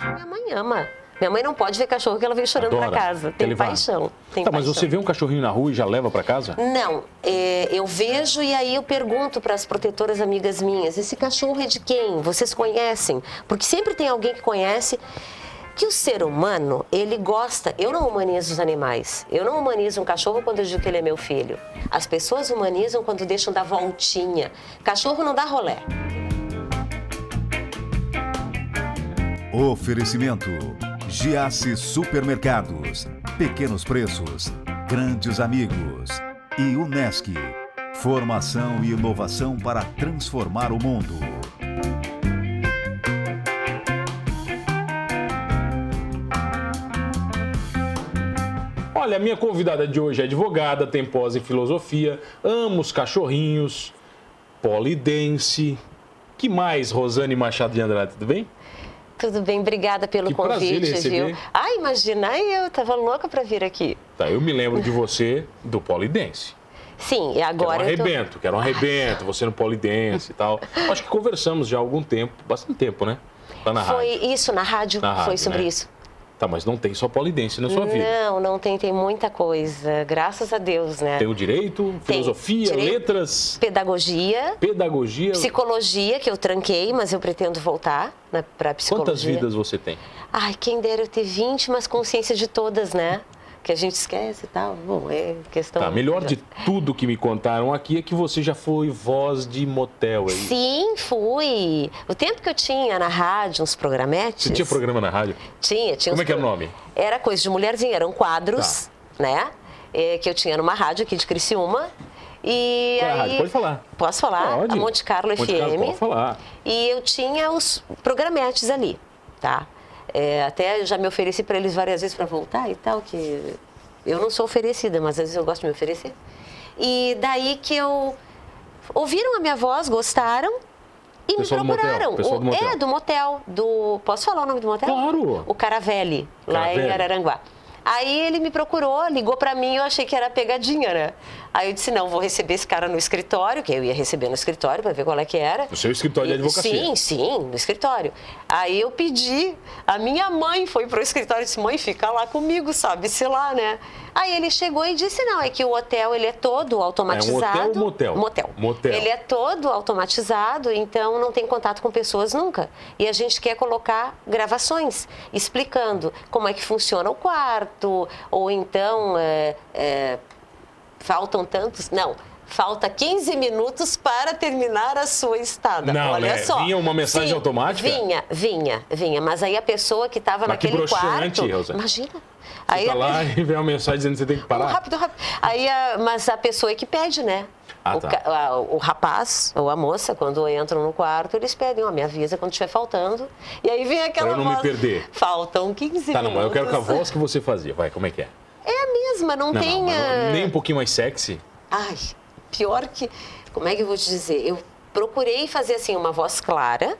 Minha mãe ama. Minha mãe não pode ver cachorro que ela veio chorando Adora. pra casa. Tem Ele vai. paixão. Tem Tá, mas paixão. você vê um cachorrinho na rua e já leva pra casa? Não, é, eu vejo e aí eu pergunto para as protetoras amigas minhas: esse cachorro é de quem? Vocês conhecem? Porque sempre tem alguém que conhece. Que o ser humano, ele gosta. Eu não humanizo os animais. Eu não humanizo um cachorro quando eu digo que ele é meu filho. As pessoas humanizam quando deixam dar voltinha. Cachorro não dá rolé. Oferecimento: Giasse Supermercados, Pequenos Preços, Grandes Amigos e Unesc. Formação e inovação para transformar o mundo. Olha, a minha convidada de hoje é advogada, tem pós em filosofia, ama os cachorrinhos, polidense. Que mais, Rosane Machado de Andrade, tudo bem? Tudo bem, obrigada pelo Que prazer lhe convite, receber. viu? Ah, imagina eu, tava louca para vir aqui. Tá, eu me lembro de você do polidense. Sim, e Quero um agora eu tô... arrebento, quero um arrebento, você no polidense e tal. Acho que conversamos já há algum tempo, bastante tempo, né? Lá na Foi rádio. isso, na rádio, Na foi rádio, sobre né? isso. Tá, mas não tem só polidense na sua vida. Não, não tem, tem muita coisa, graças a Deus, né? Tem um o direito, filosofia, Direito. letras, Pedagogia, pedagogia. psicologia, que eu tranquei, mas eu pretendo voltar né, para psicologia. Quantas vidas você tem? Tá, Ai, quem dera eu ter 20, mas consciência de todas, né? Que a gente esquece e tal. Bom, é questão... Tá, melhor de tudo que me contaram aqui é que você já foi voz de motel é aí. Sim, fui. O tempo que eu tinha na rádio, uns programetes... Você tinha programa na rádio? Tinha, tinha Como uns é que é o pro- nome? Era coisa de mulherzinha, eram quadros, Tá. né? É, que eu tinha numa rádio aqui de Criciúma. E Qual é a aí... rádio? Pode falar. Posso falar? Pode. A Monte Carlo Monte FM. Carlo, pode falar. E eu tinha os programetes ali, tá? É, até já me ofereci para eles várias vezes para voltar e tal, que eu não sou oferecida, mas às vezes eu gosto de me oferecer. E daí que eu ouviram a minha voz, gostaram e Pessoal do me motel, procuraram. pessoal O- do motel. É, do motel, do posso falar o nome do motel? Claro. O Caravelli, lá em Caravelli. Araranguá. Aí ele me procurou, ligou pra mim, eu achei que era pegadinha, né? Aí eu disse, não, vou receber esse cara no escritório, que eu ia receber no escritório pra ver qual é que era. No seu escritório de E- advocacia. Sim, sim, no escritório. Aí eu pedi, a minha mãe foi pro escritório e disse, mãe, fica lá comigo, sabe, sei lá, né? Aí ele chegou e disse, não, é que o hotel, ele é todo automatizado. um ou motel? Motel. Motel. Ele é todo automatizado, então não tem contato com pessoas nunca. E a gente quer colocar gravações explicando como é que funciona o quarto, ou então é, é, faltam tantos. Não. Falta 15 minutos para terminar a sua estada. Não, Olha né? só. Vinha uma mensagem automática? Vinha, vinha, vinha. Mas aí a pessoa que estava Mas que naquele broxante, quarto. Rosa. Imagina. Você Aí tá a lá e vem uma mensagem dizendo que você tem que Vamos parar. rápido, rápido. Aí, a- mas a pessoa é que pede, né? Ah, o, tá. ca- a- o rapaz ou a moça, quando entram no quarto, eles pedem, ó, me avisa quando estiver faltando. E aí vem aquela Pra eu não me voz, perder. Faltam 15 Tá, não, mas eu quero com a minutos. voz que você fazia. Vai, como é que é? É a mesma, não, Não, tem... não, mas ah, nem um pouquinho mais sexy? Ai, pior que... Como é que eu vou te dizer? Eu procurei fazer, assim, uma voz clara,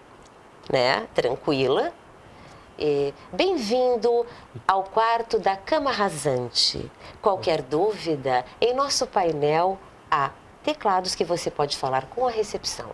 né? Tranquila. E, Bem-vindo ao quarto da Cama Rasante. Qualquer dúvida, em nosso painel há teclados que você pode falar com a recepção.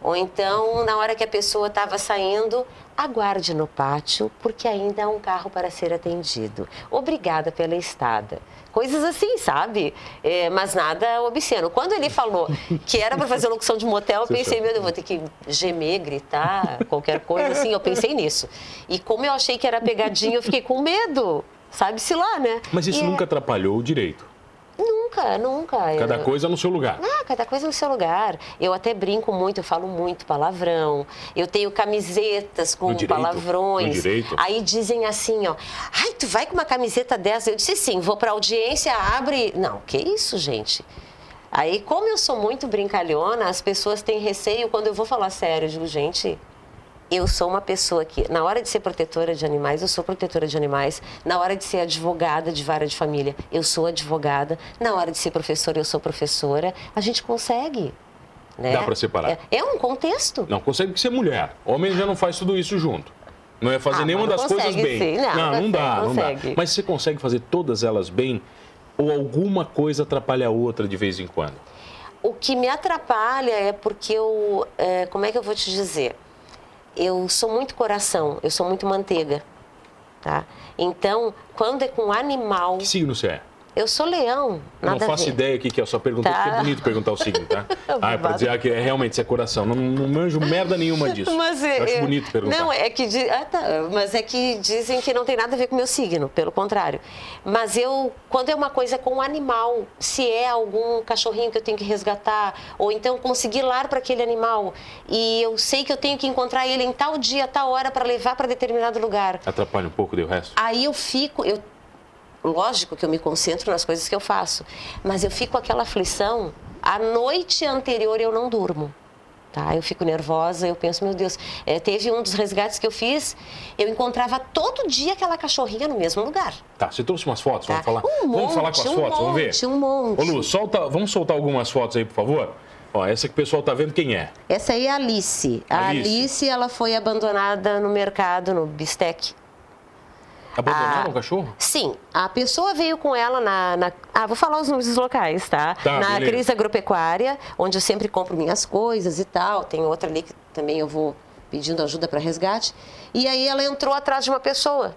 Ou então, na hora que a pessoa estava saindo, aguarde no pátio, porque ainda há um carro para ser atendido. Obrigada pela estada. Coisas assim, sabe? É, mas nada obsceno. Quando ele falou que era para fazer locução de motel, eu Sim, pensei, sim. meu Deus, eu vou ter que gemer, gritar, qualquer coisa assim. Eu pensei nisso. E como eu achei que era pegadinha, eu fiquei com medo. Sabe-se lá, né? Mas isso E é- nunca atrapalhou o direito. Nunca, nunca. Cada Eu- coisa no seu lugar. ah, cada coisa no seu lugar. Eu até brinco muito, eu falo muito palavrão. Eu tenho camisetas com No direito, palavrões. no direito. Aí dizem assim, ó. Ai, tu vai com uma camiseta dessa? Eu disse sim, vou pra audiência, abre. Não, que isso, gente? Aí, como eu sou muito brincalhona, as pessoas têm receio quando eu vou falar sério. Eu digo, gente, eu sou uma pessoa que, na hora de ser protetora de animais, eu sou protetora de animais. Na hora de ser advogada de vara de família, eu sou advogada. Na hora de ser professora, eu sou professora. A gente consegue. Né? Dá pra separar. É, é um contexto. Não consegue ser mulher. Homem já não faz tudo isso junto. Não ia fazer Ah, nenhuma mas das não coisas consegue, bem. sim. Não, não, consegue, dá, não dá. consegue. Mas você consegue fazer todas elas bem ou alguma coisa atrapalha a outra de vez em quando? O que me atrapalha é porque eu. é, como é que eu vou te dizer? eu sou muito coração, eu sou muito manteiga. Tá? Então, quando é com animal, Que signo você é? eu sou leão. Eu Nada não faço a ver. ideia o que que é, eu só perguntei, Tá. porque é bonito perguntar o signo, tá? ah, é pra dizer ah, que é, realmente você é coração. Não, não manjo merda nenhuma disso. Mas é, eu acho é- bonito perguntar. Não, é que, di- ah, tá, mas é que dizem que não tem nada a ver com o meu signo, pelo contrário. Mas eu, quando é uma coisa com um animal, se é algum cachorrinho que eu tenho que resgatar, ou então conseguir lar para aquele animal, e eu sei que eu tenho que encontrar ele em tal dia, tal hora, para levar para determinado lugar, Atrapalha um pouco do resto. aí eu fico, eu lógico que eu me concentro nas coisas que eu faço, mas eu fico com aquela aflição. A noite anterior eu não durmo. Tá, eu fico nervosa, eu penso, meu Deus, eh, teve um dos resgates que eu fiz, eu encontrava todo dia aquela cachorrinha no mesmo lugar. Tá, você trouxe umas fotos, Tá? vamos falar? Um monte, vamos falar com as um fotos, monte, vamos ver? Um monte. Ô Lu, solta, vamos soltar algumas fotos aí, por favor? Ó, essa que o pessoal tá vendo quem é. Essa aí é a Alice. A Alice. Alice, ela foi abandonada no mercado, no bistec. Abandonaram Ah. o cachorro? Sim, a pessoa veio com ela na. na- ah, vou falar os nomes dos locais, tá? Tá, na beleza. Cris Agropecuária, onde eu sempre compro minhas coisas e tal. Tem outra ali que também eu vou pedindo ajuda para resgate. E aí ela entrou atrás de uma pessoa.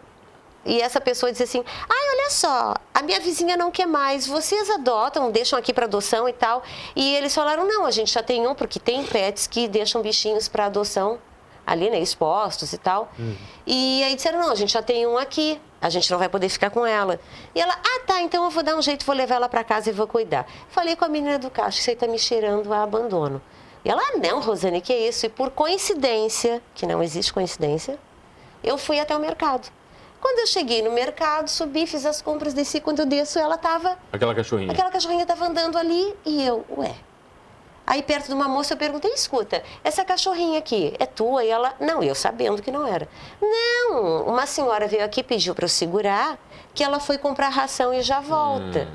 E essa pessoa disse assim: ai, olha só, a minha vizinha não quer mais, vocês adotam, deixam aqui para adoção e tal. E eles falaram: não, a gente já tem um, porque tem pets que deixam bichinhos para adoção ali, né, expostos e tal. E aí disseram: não, a gente já tem um aqui, a gente não vai poder ficar com ela. E ela: ah, tá, então eu vou dar um jeito, vou levar ela para casa e vou cuidar. Falei com a menina do caixa: isso aí tá me cheirando a abandono. E ela: ah, não, Rosane, que é isso? E por coincidência, que não existe coincidência, eu fui até o mercado. Quando eu cheguei no mercado, subi, fiz as compras, desci. Quando eu desço, ela tava. Aquela cachorrinha. Aquela cachorrinha estava andando ali e eu, ué. Aí perto de uma moça eu perguntei, escuta, essa cachorrinha aqui é tua? E ela, não, eu sabendo que não era. Não, uma senhora veio aqui pediu para eu segurar, que ela foi comprar ração e já volta.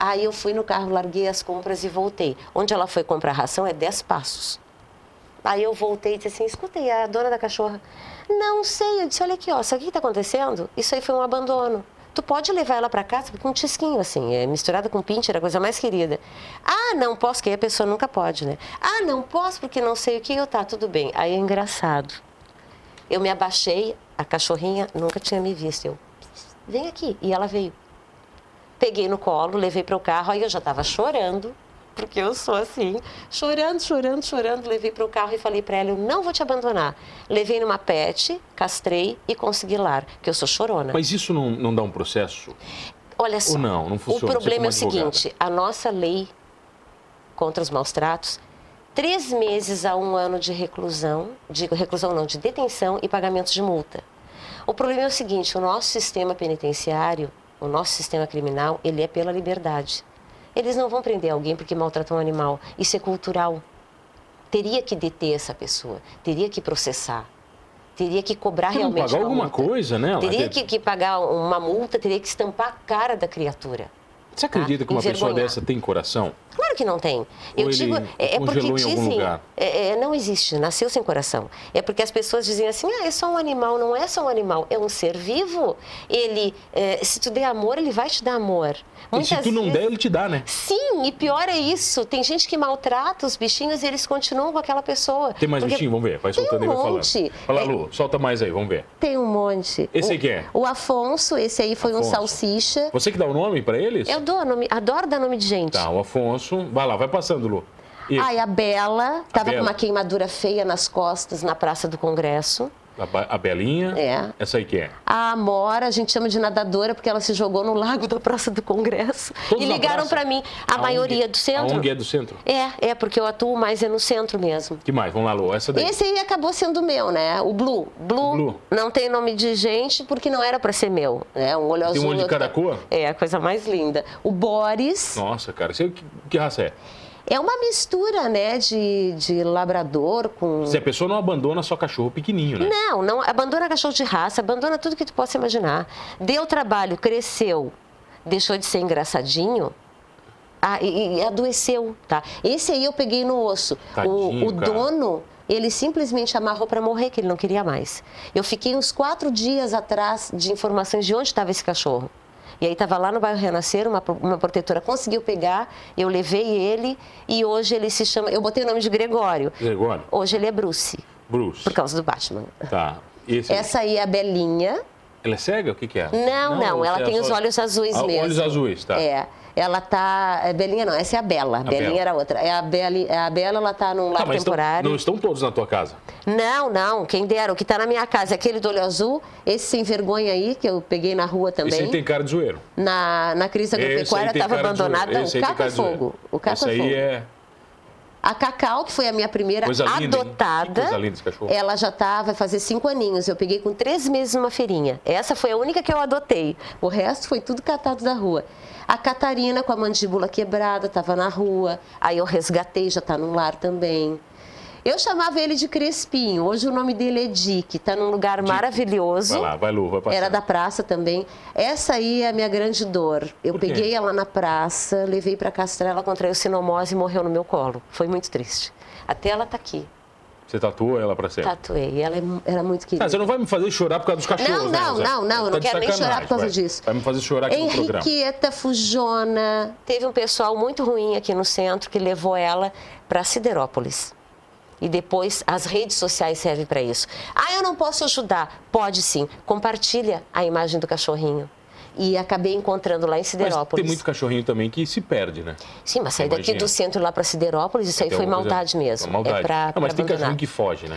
Aí eu fui no carro, larguei as compras e voltei. Onde ela foi comprar ração é 10 passos. Aí eu voltei e disse assim, escuta, e a dona da cachorra? Não sei. Eu disse, olha aqui, ó, sabe o que está acontecendo? Isso aí foi um abandono. Tu pode levar ela para casa com um tisquinho, assim, é misturada com pinte, era a coisa mais querida. Ah, não posso, que aí a pessoa nunca pode, né? Ah, não posso porque não sei o que, eu tá, tudo bem. Aí é engraçado. Eu me abaixei, a cachorrinha nunca tinha me visto. Eu, vem aqui. E ela veio. Peguei no colo, levei para o carro, aí eu já estava chorando, porque eu sou assim, chorando, chorando, chorando, levei para o carro e falei para ela, eu não vou te abandonar. Levei numa pet, castrei e consegui lar, porque eu sou chorona. Mas isso não, não dá um processo? Olha só, Ou não, não o funciona, você problema é o como advogada. seguinte, a nossa lei contra os maus tratos, três meses a um ano de reclusão, digo reclusão não, de detenção e pagamento de multa. O problema é o seguinte, o nosso sistema penitenciário, o nosso sistema criminal, ele é pela liberdade. Eles não vão prender alguém porque maltratou um animal, isso é cultural. Teria que deter essa pessoa, teria que processar, teria que cobrar Tem que Ah, realmente pagar uma alguma multa. coisa, né? Ela Teria deve- que, que pagar uma multa, teria que estampar a cara da criatura. Você acredita tá que uma pessoa envergonhar. dessa tem coração? Claro que não tem. Eu Ou ele digo, é, é porque congelou em algum dizem. lugar. é- é, não existe, nasceu sem coração. É porque as pessoas dizem assim: ah, é só um animal. Não é só um animal, é um ser vivo. Ele, é, se tu der amor, ele vai te dar amor. e se tu não vezes- der, ele te dá, né? Sim, e pior é isso. Tem gente que maltrata os bichinhos e eles continuam com aquela pessoa. Tem mais um Porque bichinho? Vamos ver. Vai tem soltando um e vai monte. falando. Fala, É- Lu, solta mais aí, vamos ver. Tem um monte. Esse O- aí quem é? O Afonso, esse aí foi Afonso. um salsicha. Você que dá o nome pra eles? Eu dou nome, adoro dar nome de gente. Tá, o Afonso. Vai lá, vai passando, Lu. Isso. Ai, a Bela tava Bela. com uma queimadura feia nas costas na Praça do Congresso. A, ba- a Belinha. É. Essa aí quem é? A Amora, a gente chama de nadadora porque ela se jogou no lago da Praça do Congresso. Todos e na ligaram praça? pra mim, a, maioria ONG do centro. A ONG é do centro. É, é, porque eu atuo mais é no centro mesmo. Que mais? Vamos lá, Lu. Essa daí. Esse aí acabou sendo meu, né? O Blue. Blue, Blue. não tem nome de gente porque não era pra ser meu, né? Um olho azul. Tem um olho de outro- cada cor? É, a coisa mais linda. O Boris Nossa, cara. Você, que, que raça é? é uma mistura, né, de, de labrador com Se a pessoa não abandona só cachorro pequenininho, né? Não, não, abandona cachorro de raça, abandona tudo que tu possa imaginar. Deu trabalho, cresceu, deixou de ser engraçadinho. Ah, e, e adoeceu, tá? Esse aí eu peguei no osso. Tadinho, o o cara. dono, ele simplesmente amarrou para morrer, que ele não queria mais. Eu fiquei uns quatro dias atrás de informações de onde estava esse cachorro. E aí estava lá no bairro Renascer, uma, pro- uma protetora conseguiu pegar, eu levei ele e hoje ele se chama. Eu botei o nome de Gregório. Gregório. Hoje ele é Bruce. Bruce. por causa do Batman. Tá. Esse aí. Essa aí é a Belinha. Ela é cega? O que, que é? Não, não, ela é tem só- os olhos azuis Ah, mesmo. Olhos azuis, tá. É. Ela tá. é Belinha não, essa é a Bela. Belinha Bela. era outra. É a, Beli, é a Bela, ela tá num Tá, lar mas estão- temporário. não estão todos na tua casa. Não, não, quem dera. O que tá na minha casa é aquele do olho azul, esse sem vergonha aí, que eu peguei na rua Esse também. aí tem cara de zoeiro. Na, na crise Esse aí agropecuária tem estava cara de zoeiro. abandonada. Esse O aí tem Caco é cara de zoeiro. Fogo. O Caco Esse é aí Fogo. é A Cacau, que foi a minha primeira coisa linda. hein? Que adotada, coisa linda esse cachorro. ela já tá, vai fazer cinco aninhos. Eu peguei com três meses numa feirinha. Essa foi a única que eu adotei. O resto foi tudo catado da rua. A Catarina, com a mandíbula quebrada, estava na rua. Aí eu resgatei, já está num lar também. Eu chamava ele de Crespinho. Hoje o nome dele é Dick. Está num lugar maravilhoso. Vai lá, vai, Lu, vai passar. Era da praça também. Essa aí é a minha grande dor. Eu Por quê? peguei ela na praça, levei para castrar, ela contraiu sinomose e morreu no meu colo. Foi muito triste. Até ela tá aqui. Você tatuou ela pra sempre. Tatuei. Ela é mu- era muito querida. Ah, você não vai me fazer chorar por causa dos cachorros, Não, né, não, Zé? não, não, eu Tá não de quero nem sacanagem, chorar por causa vai. disso. Vai me fazer chorar aqui no programa. Henriqueta, Fujona. Teve um pessoal muito ruim aqui no centro que levou ela para Siderópolis. E depois as redes sociais servem para isso. Ah, eu não posso ajudar. Pode sim. Compartilha a imagem do cachorrinho. E acabei encontrando lá em Mas tem Siderópolis. muito cachorrinho também que se perde, né? Sim, mas sair daqui Imagina. do centro lá para Siderópolis, isso aí Tem foi alguma coisa- maldade mesmo. Uma Maldade. É pra, não, mas pra tem abandonar. cachorrinho que foge, né?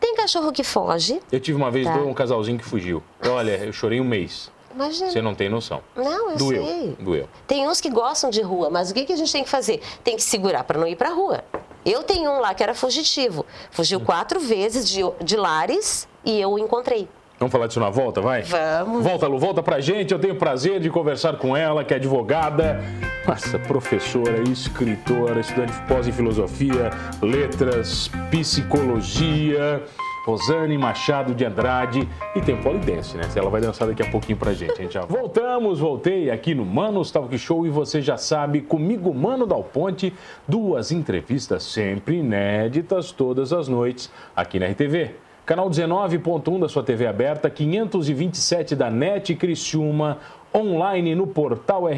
Tem cachorro que foge. Eu tive uma vez Tá. um casalzinho que fugiu. Olha, eu chorei um mês. Imagina. Você não tem noção. Não, eu Doeu. sei. Doeu. Tem uns que gostam de rua, mas o que, que a gente tem que fazer? Tem que segurar para não ir para rua. Eu tenho um lá que era fugitivo. Hum. Fugiu quatro vezes de, de lares e eu o encontrei. Vamos falar disso na volta, vai? Vamos. Volta, Lu, volta pra gente. Eu tenho o prazer de conversar com ela, que é advogada, nossa, professora, escritora, estudante de pós em filosofia, letras, psicologia. Rosane Machado de Andrade e tem polidense, né? Ela vai dançar daqui a pouquinho pra gente. A gente já... Voltamos, voltei aqui no Manos Talk Show e você já sabe, comigo, Mano Dal Ponte, duas entrevistas sempre inéditas todas as noites aqui na RTV. Canal 19.1 da sua TV aberta, 527 da NET Criciúma, online no portal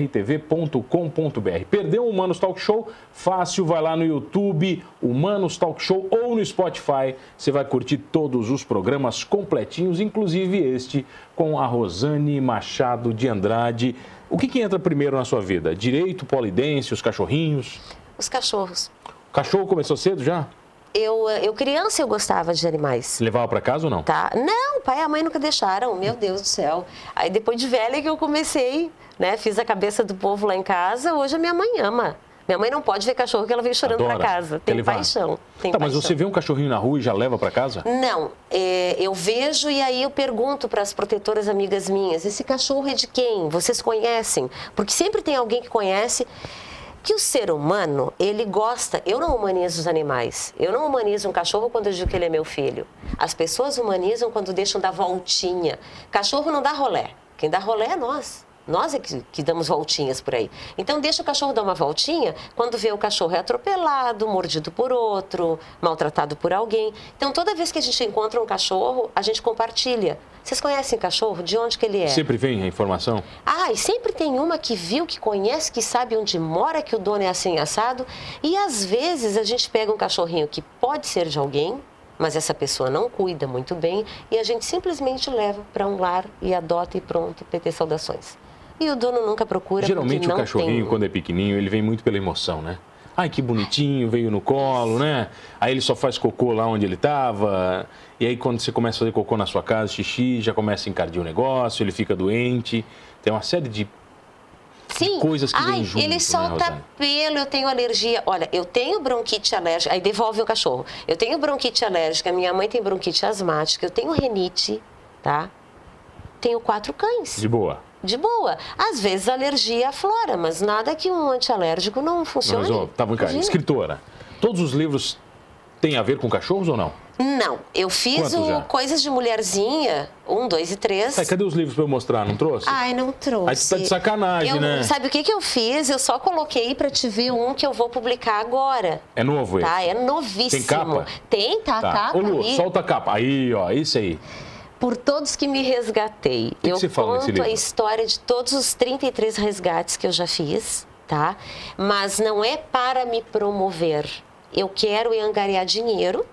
rtv.com.br. Perdeu o Humanos Talk Show? Fácil, vai lá no YouTube, Humanos Talk Show ou no Spotify. Você vai curtir todos os programas completinhos, inclusive este com a Rosane Machado de Andrade. O que, que entra primeiro na sua vida? Direito, polidense, os cachorrinhos? Os cachorros. O cachorro começou cedo já? Eu, eh, eu criança, eu gostava de animais. Se levava pra casa ou não? Tá. Não, o pai e a mãe nunca deixaram, meu Deus do céu. Aí depois de velha que eu comecei, né? Fiz a cabeça do povo lá em casa, hoje a minha mãe ama. Minha mãe não pode ver cachorro que ela veio chorando Adora. pra casa. Tem Ele vai. paixão. Tem tá, mas paixão. você vê um cachorrinho na rua e já leva pra casa? Não, é, eu vejo e aí eu pergunto para as protetoras amigas minhas: esse cachorro é de quem? Vocês conhecem? Porque sempre tem alguém que conhece que o ser humano, ele gosta. Eu não humanizo os animais. Eu não humanizo um cachorro quando eu digo que ele é meu filho. As pessoas humanizam quando deixam dar voltinha. Cachorro não dá rolé. Quem dá rolé é nós. Nós é que, que damos voltinhas por aí. Então, deixa o cachorro dar uma voltinha quando vê o cachorro é atropelado, mordido por outro, maltratado por alguém. Então, toda vez que a gente encontra um cachorro, a gente compartilha. Vocês conhecem cachorro? De onde que ele é? Sempre vem a informação? Ah, e sempre tem uma que viu, que conhece, que sabe onde mora, que o dono é assim assado. E às vezes a gente pega um cachorrinho que pode ser de alguém, mas essa pessoa não cuida muito bem, e a gente simplesmente leva para um lar e adota e pronto, PT saudações. E o dono nunca procura. Geralmente porque o não cachorrinho, tem... um quando é pequenininho, ele vem muito pela emoção, né? Ai, que bonitinho, veio no colo, né? Aí ele só faz cocô lá onde ele tava. E aí quando você começa a fazer cocô na sua casa, xixi, já começa a encardir o negócio, ele fica doente. Tem uma série de... Sim. coisas que Ai, vêm junto, né, ele solta Rosane? pelo, eu tenho alergia. Olha, eu tenho bronquite alérgica. Aí devolve o cachorro. Eu tenho bronquite alérgica, minha mãe tem bronquite asmática, eu tenho renite, tá? Tenho quatro cães. De boa. De boa. Às vezes a alergia aflora, mas nada que um antialérgico não Não funcione. resolve. Tá Tava em casa. Imagina. Escritora, todos os livros têm a ver com cachorros ou não? Não, eu fiz Quantos o já? Coisas de Mulherzinha, um, dois e três. Ai, cadê os livros pra eu mostrar? Não trouxe? Ai, não trouxe. Aí tu tá de sacanagem, Eu- né? Sabe o que, que eu fiz? Eu só coloquei pra te ver um que eu vou publicar agora. É novo ele? Tá, é novíssimo. Tem capa? Tem, tá, Tá. capa Ô, Lu, ali. solta a capa. Aí, ó, isso aí. Por todos que me resgatei. que eu você fala nesse conto a livro? história de todos os 33 resgates que eu já fiz, tá? Mas não é para me promover. Eu quero angariar é dinheiro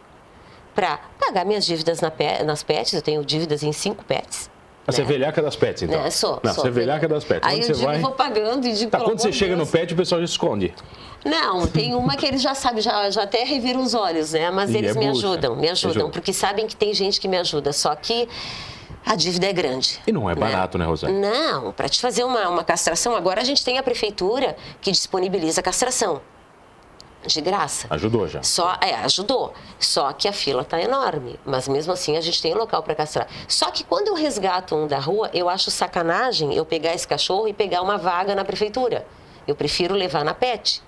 para pagar minhas dívidas na pe- nas pets, eu tenho dívidas em cinco pets. Ah, Você é velhaca das pets, então? Né? Sou, Não, sou. você é velhaca das pets. Aí Quando eu você digo, vai... vou um pagando e digo, Tá, pelo quando você amor de chega no Deus. pet, o pessoal já esconde. Não, tem uma que eles já sabem, já, já até reviram os olhos, né? Mas E eles é me bucha. ajudam, me ajudam, Ajuda. porque sabem que tem gente que me ajuda, só que a dívida é grande. E não é barato, né, Hum. Rosane? Não, para te fazer uma, uma castração, agora a gente tem a prefeitura que disponibiliza a castração. De graça. Ajudou já. Só, é, ajudou. Só que a fila está enorme. Mas mesmo assim a gente tem local para castrar. Só que quando eu resgato um da rua, eu acho sacanagem eu pegar esse cachorro e pegar uma vaga na prefeitura. Eu prefiro levar na pet.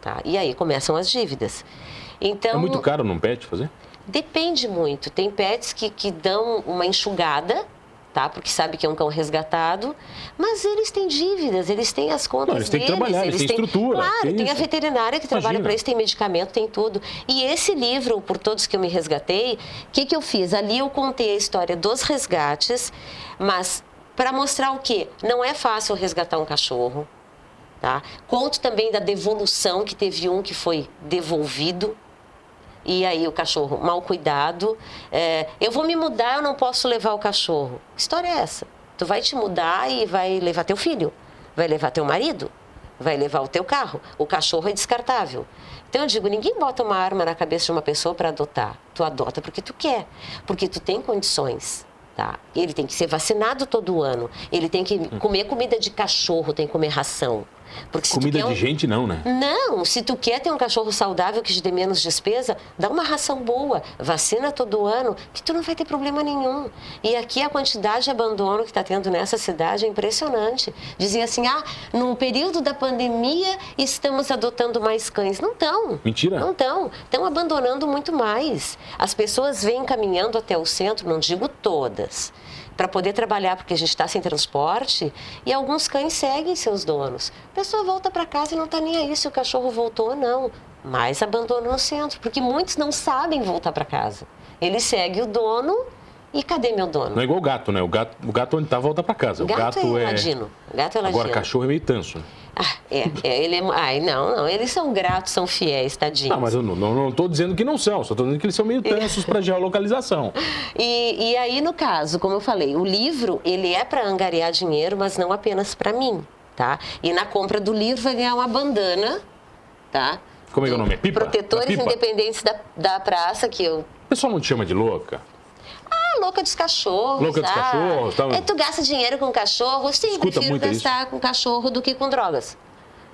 Tá? E aí começam as dívidas. Então, É muito caro num pet fazer? Depende muito. Tem pets que, que dão uma enxugada, tá? Porque sabe que é um cão resgatado, mas eles têm dívidas, eles têm as contas Não, eles têm que deles, trabalhar, eles têm estrutura, Claro, tem tem, a isso. veterinária que trabalha Imagina. para isso, tem medicamento, tem tudo. E esse livro, Por Todos Que Eu Me Resgatei, o que, que eu fiz? Ali eu contei a história dos resgates, mas para mostrar o quê? Não é fácil resgatar um cachorro, tá? Conto também da devolução, que teve um que foi devolvido, e aí o cachorro mal cuidado. é, eu vou me mudar, eu não posso levar o cachorro. Que história é essa? Tu vai te mudar e vai levar teu filho, vai levar teu marido, vai levar o teu carro. O cachorro é descartável. Então eu digo, ninguém bota uma arma na cabeça de uma pessoa para adotar. Tu adota porque tu quer, porque tu tem condições. Tá? Ele tem que ser vacinado todo ano. Ele tem que Hum. comer comida de cachorro, tem que comer ração. Porque se tu Comida quer de um- gente, não, né? não, se tu quer ter um cachorro saudável que te dê menos despesa, dá uma ração boa, vacina todo ano, que tu não vai ter problema nenhum. E aqui a quantidade de abandono que está tendo nessa cidade é impressionante. Dizem assim, ah, no período da pandemia estamos adotando mais cães. Não estão. Mentira. Não estão. Então, Estão abandonando muito mais. As pessoas vêm caminhando até o centro, não digo todas, para poder trabalhar, porque a gente está sem transporte, e alguns cães seguem seus donos. A pessoa volta para casa e não está nem aí se o cachorro voltou ou não, mas abandonou o centro, porque muitos não sabem voltar para casa. Ele segue o dono e cadê meu dono? Não é igual o gato, né? O gato, o gato onde tá, volta pra casa. O gato, é. ladino. Gato é ladino. Agora, cachorro é meio tanso. né? Ah, é, é, ele é... Ai, não, não. Eles são gratos, são fiéis, tadinhos. Não, mas eu não, não, não tô dizendo que não são, só tô dizendo que eles são É. meio tansos pra geolocalização. E, e aí, no caso, como eu falei, o livro ele é para angariar dinheiro, mas não apenas para mim, tá? E na compra do livro vai ganhar uma bandana, tá? Como é que é o nome? É pipa? Protetores É pipa? Independentes da, da Praça, que eu... O pessoal não te chama de louca? Ah, louca dos cachorros. Louca dos ah, cachorros, tá? É, tu gasta dinheiro com cachorro, sim, Escuta prefiro muito gastar com cachorro do que com drogas.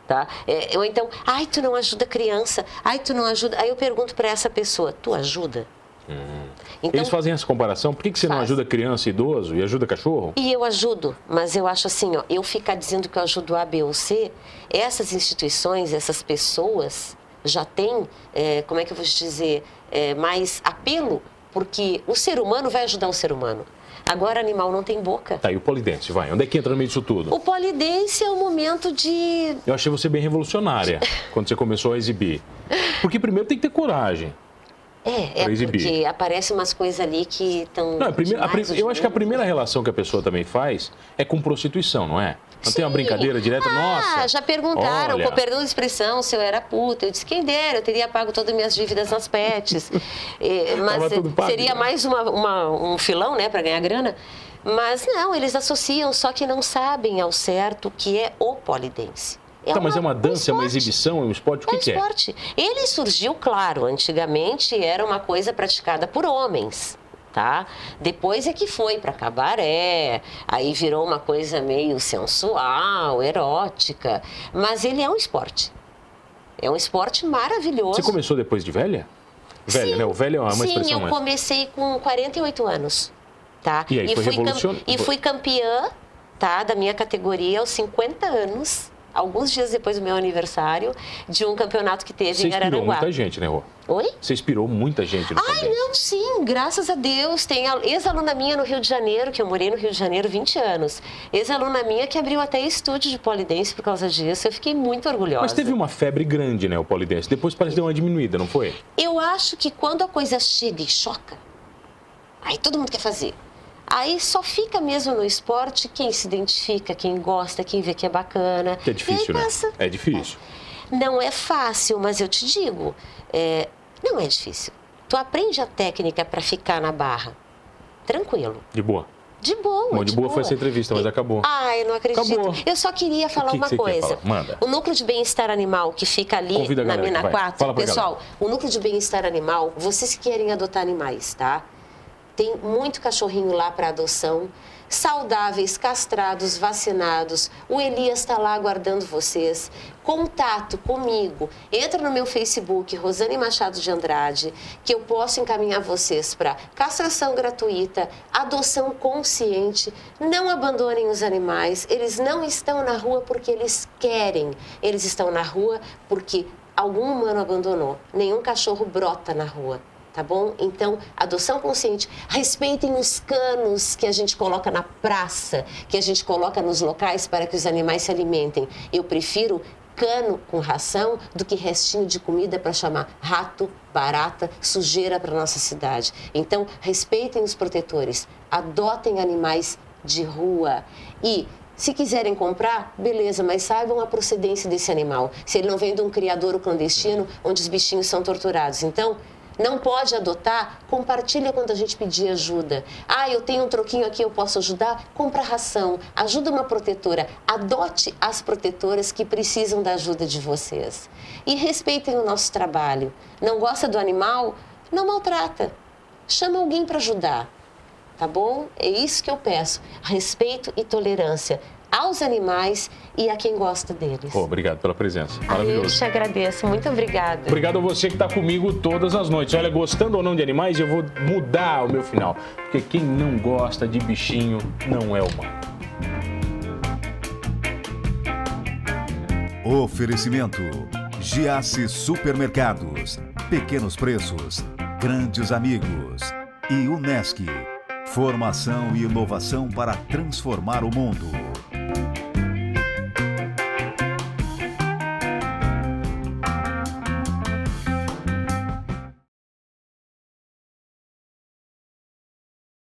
Tá? É, ou então, ai, tu não ajuda criança, ai, tu não ajuda. Aí eu pergunto para essa pessoa, tu ajuda? Então, Hum. Eles fazem essa comparação. Por que, que você não Faz. ajuda criança e idoso e ajuda cachorro? E eu ajudo, mas eu acho assim, ó, eu ficar dizendo que eu ajudo A, B ou C, essas instituições, essas pessoas já têm, eh, como é que eu vou te dizer, eh, mais apelo, porque o ser humano vai ajudar o ser humano. Agora, animal não tem boca. Tá, e o polidense, vai. Onde é que entra no meio disso tudo? O polidense é o momento de. Eu achei você bem revolucionária quando você começou a exibir. Porque primeiro tem que ter coragem. É, é Pra exibir. porque aparecem umas coisas ali que estão. Não, a primeira, a demais pri- eu hoje acho que a mesmo. primeira relação que a pessoa também faz é com prostituição, não é? Não tem uma Sim. brincadeira direta? Ah, Nossa! já perguntaram, olha, com perdão de expressão, se eu era puta. Eu disse, quem dera, eu teria pago todas as minhas dívidas nas pets. Eh, Tava mas eh, tudo pago, seria né? mais uma- uma- um filão, né, para ganhar grana. Mas não, eles associam, só que não sabem ao certo o que é o polidense. Tá, mas é uma um dança, é uma esporte. exibição, é um esporte? O É que, um que é? esporte. Ele surgiu, claro, antigamente era uma coisa praticada por homens. Tá? Depois é que foi para cabaré, aí virou uma coisa meio sensual, erótica. Mas ele é um esporte. É um esporte maravilhoso. Você começou depois de velha? Velha, Sim. né? O velho é uma Sim, expressão eu mais. comecei com 48 anos, tá? E aí foi fui cam- revolucion- E fui campeã, tá, da minha categoria aos 50 anos, alguns dias depois do meu aniversário, de um campeonato que teve Você em inspirou Araranguá. muita gente, né, Rô? Oi? Você inspirou muita gente no Ai, não, sim, graças a Deus. Tem a- ex-aluna minha no Rio de Janeiro, que eu morei no Rio de Janeiro 20 anos. Ex-aluna minha que abriu até estúdio de polidense por causa disso. Eu fiquei muito orgulhosa. Mas teve um uma febre grande, né, o polidense. Depois parece que deu uma diminuída, não foi? Eu acho que quando a coisa chega e choca, aí todo mundo quer fazer. Aí só fica mesmo no esporte quem se identifica, quem gosta, quem vê que é bacana. Que é e aí difícil, né? passa. É difícil. Não é fácil, mas eu te digo, é, não é difícil. Tu aprende a técnica para ficar na barra. Tranquilo. De boa. De boa. Bom, de boa foi essa entrevista, mas acabou. Ah, eu não acredito. Acabou. Eu só queria falar que uma você quer coisa. falar? Manda. O núcleo de bem-estar animal que fica ali Convida a na galera Mina que vai. 4. Fala pra Pessoal, o núcleo de bem-estar animal, vocês que querem adotar animais, tá? Tem muito cachorrinho lá para adoção. Saudáveis, castrados, vacinados. O Elias está lá aguardando vocês. Contato comigo. Entra no meu Facebook, Rosane Machado de Andrade, que eu posso encaminhar vocês para castração gratuita, adoção consciente. Não abandonem os animais. Eles não estão na rua porque eles querem. Eles estão na rua porque algum humano abandonou. Nenhum cachorro brota na rua. Tá bom? Então, adoção consciente. Respeitem os canos que a gente coloca na praça, que a gente coloca nos locais para que os animais se alimentem. Eu prefiro cano com ração do que restinho de comida para chamar rato, barata, sujeira para nossa cidade. Então, respeitem os protetores, adotem animais de rua e se quiserem comprar, beleza, mas saibam a procedência desse animal. Se ele não vem de um criadouro clandestino onde os bichinhos são torturados. Então, não pode adotar, compartilha quando a gente pedir ajuda. Ah, eu tenho um troquinho aqui, eu posso ajudar? Compra ração, ajuda uma protetora, adote as protetoras que precisam da ajuda de vocês. E respeitem o nosso trabalho. Não gosta do animal? Não maltrata. Chama alguém para ajudar tá bom? É isso que eu peço. Respeito e tolerância aos animais e a quem gosta deles. Pô, obrigado pela presença. Ah, eu Maravilhoso. te agradeço. Muito obrigada. Obrigado a você que está comigo todas as noites. Olha, gostando ou não de animais, eu vou mudar o meu final. Porque quem não gosta de bichinho não é humano. Oferecimento: Giasse Supermercados, pequenos preços, grandes amigos e Unesc. Formação e inovação para transformar o mundo.